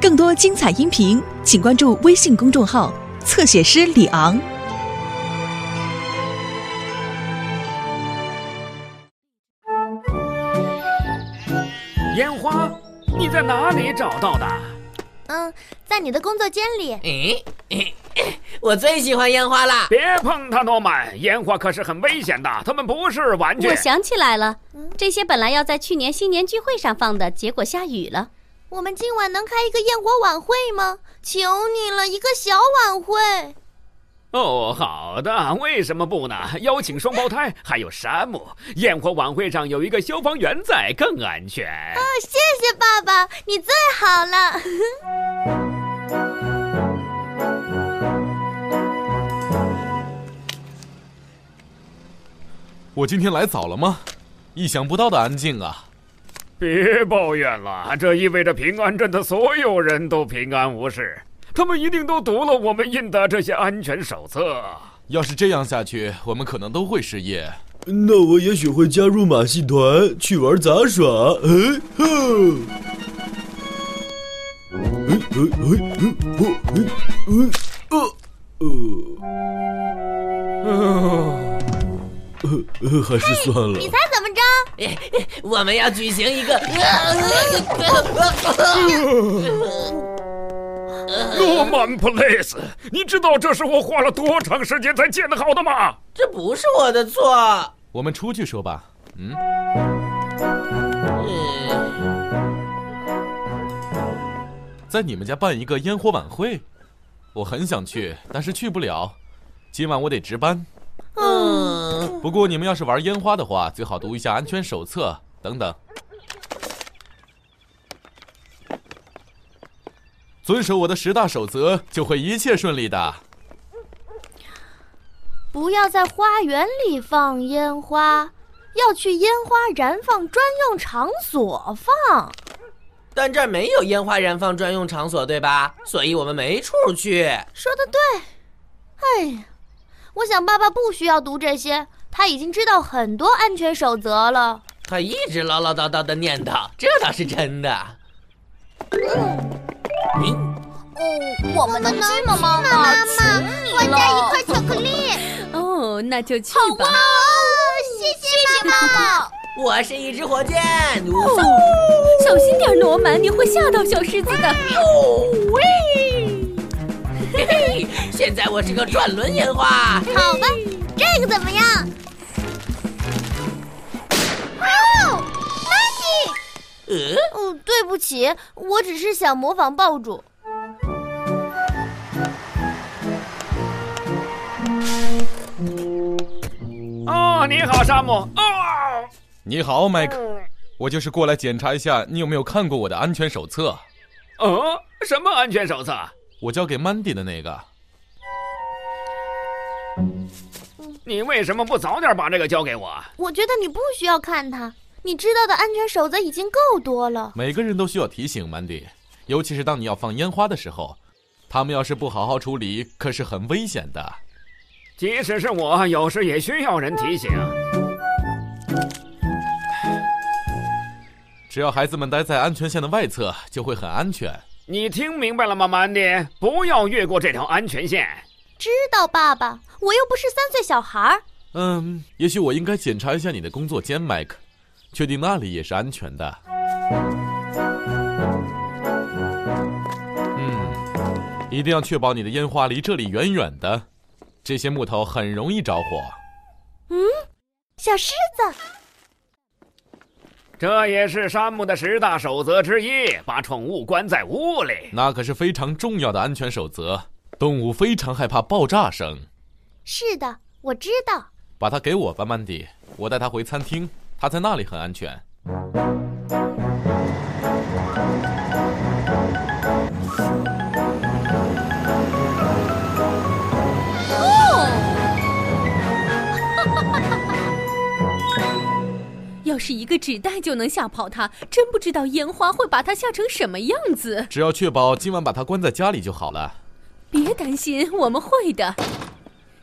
更多精彩音频，请关注微信公众号“侧写师李昂”。烟花，你在哪里找到的？嗯，在你的工作间里。诶，诶 我最喜欢烟花啦！别碰它，诺曼，烟花可是很危险的，它们不是玩具我。想起来了，这些本来要在去年新年聚会上放的，结果下雨了。我们今晚能开一个焰火晚会吗？求你了，一个小晚会。哦，好的，为什么不呢？邀请双胞胎，还有山姆。焰火晚会上有一个消防员在，更安全。啊谢谢爸爸，你最好了。我今天来早了吗？意想不到的安静啊！别抱怨了，这意味着平安镇的所有人都平安无事。他们一定都读了我们印的这些安全手册。要是这样下去，我们可能都会失业。那我也许会加入马戏团去玩杂耍。哎吼！哎哎哎哎哦哎哎哦呃呃，还是算了你。猜怎么着？我们要举行一个，呃诺曼 please，你知道这是我花了多长时间才建好的吗？这不是我的错。我们出去说吧。嗯，嗯，在你们家办一个烟火晚会，我很想去，但是去不了。今晚我得值班。嗯不过你们要是玩烟花的话，最好读一下安全手册等等，遵守我的十大守则，就会一切顺利的。不要在花园里放烟花，要去烟花燃放专用场所放。但这儿没有烟花燃放专用场所，对吧？所以我们没处去。说的对。哎呀，我想爸爸不需要读这些，他已经知道很多安全守则了。他一直唠唠叨叨的念叨，这倒是真的。嗯，哦我们的鸡妈妈妈，我要一块巧克力。哦，那就去吧。谢谢妈妈。我是一只火箭。哦小心点，罗曼，你会吓到小狮子的。哦喂！嘿嘿，现在我是个转轮烟花。好吧，这个怎么样？哦，妈呃，咪，嗯，对不起，我只是想模仿爆竹。哦，你好，沙漠。哦。你好，麦克，我就是过来检查一下你有没有看过我的安全手册，哦，什么安全手册？我交给 Mandy 的那个。你为什么不早点把这个交给我？我觉得你不需要看它，你知道的安全守则已经够多了。每个人都需要提醒 Mandy，尤其是当你要放烟花的时候，他们要是不好好处理，可是很危险的。即使是我，有时也需要人提醒。只要孩子们待在安全线的外侧，就会很安全。你听明白了吗，曼迪？不要越过这条安全线。知道，爸爸，我又不是三岁小孩儿。嗯，也许我应该检查一下你的工作间，麦克，确定那里也是安全的。嗯，一定要确保你的烟花离这里远远的，这些木头很容易着火。小狮子，这也是山姆的十大守则之一：把宠物关在屋里。那可是非常重要的安全守则。动物非常害怕爆炸声，是的，我知道。把它给我吧，曼迪，我带它回餐厅，它在那里很安全。 要是一个纸袋就能吓跑它，真不知道烟花会把它吓成什么样子。只要确保今晚把它关在家里就好了。别担心，我们会的。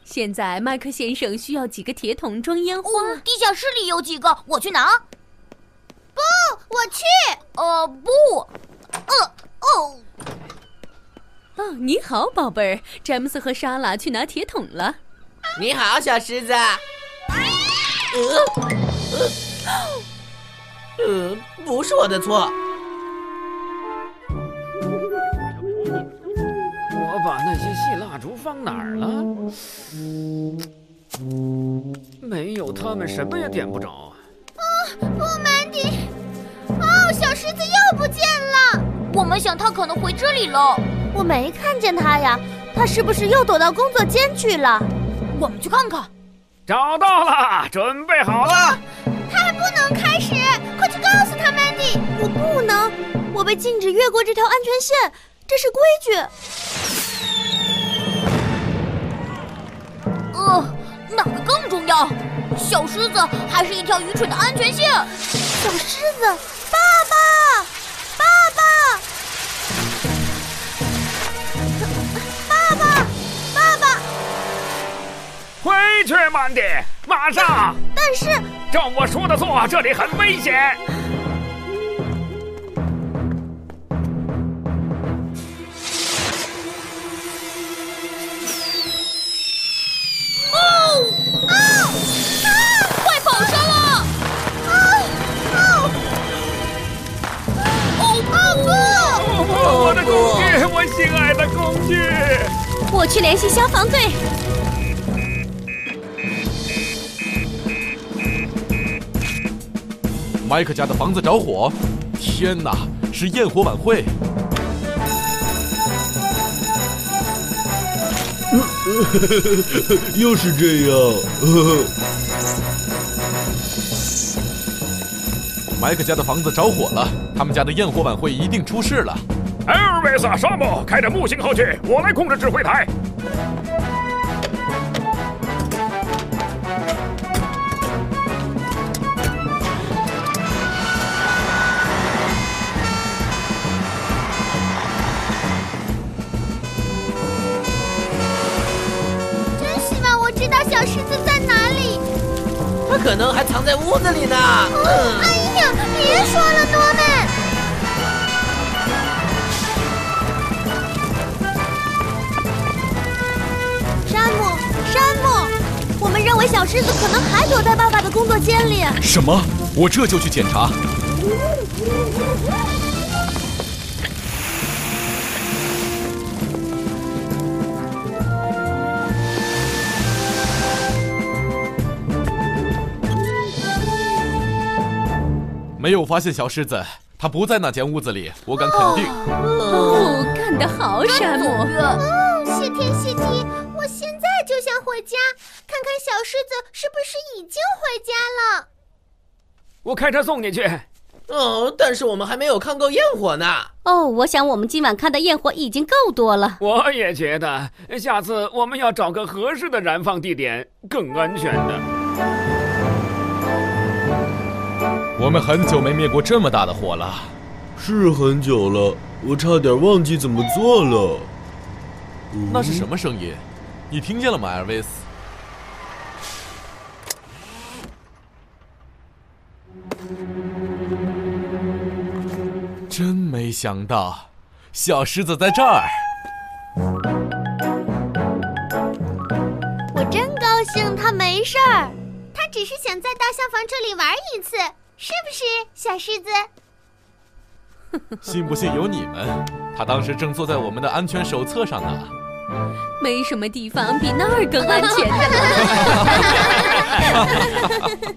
现在麦克先生需要几个铁桶装烟花。地下室里有几个，我去拿。不，我去。哦，不，哦哦你好，宝贝儿，詹姆斯和莎拉去拿铁桶了。你好，小狮子。呃呃，呃，不是我的错。我把那些细蜡烛放哪儿了？没有它们，什么也点不着啊。不满地，哦，小狮子又不见了。我们想它可能回这里喽。我没看见它呀，它是不是又躲到工作间去了？我们去看看。找到了，准备好了。还不能开始，快去告诉他们的。我不能，我被禁止越过这条安全线，这是规矩。呃，哪个更重要？小狮子还是一条愚蠢的安全线？小狮子，爸爸，爸爸，爸爸，爸爸，回去，曼迪，马上！但是。照我说的做，这里很危险。快跑上了！啊啊！哦哦不，我的工具，我心爱的工具。我去联系消防队。麦克家的房子着火，天哪，是焰火晚会！又是这样。呵呵麦克家的房子着火了，他们家的焰火晚会一定出事了。艾尔维斯，沙漠，开着木星号去，我来控制指挥台。不，真希望我知道小狮子在哪里。它可能还藏在屋子里呢。嗯哎呀，别说了，诺曼。山姆，山姆，我们认为小狮子可能还躲在爸爸的工作间里。什么？我这就去检查。没有发现小狮子，它不在那间屋子里，我敢肯定。哦，干得好，山姆！嗯，谢天谢地，我现在就想回家，看看小狮子是不是已经回家了。我开车送你去。哦，但是我们还没有看够焰火呢。哦，我想我们今晚看的焰火已经够多了。我也觉得，下次我们要找个合适的燃放地点，更安全的。我们很久没灭过这么大的火了。是很久了，我差点忘记怎么做了。那是什么声音？你听见了吗，艾尔维斯？真没想到，小狮子在这儿。我真高兴他没事儿，他只是想再到消防车里玩一次，是不是，小狮子？信不信由你们。他当时正坐在我们的安全手册上呢。没什么地方比那儿更安全的了。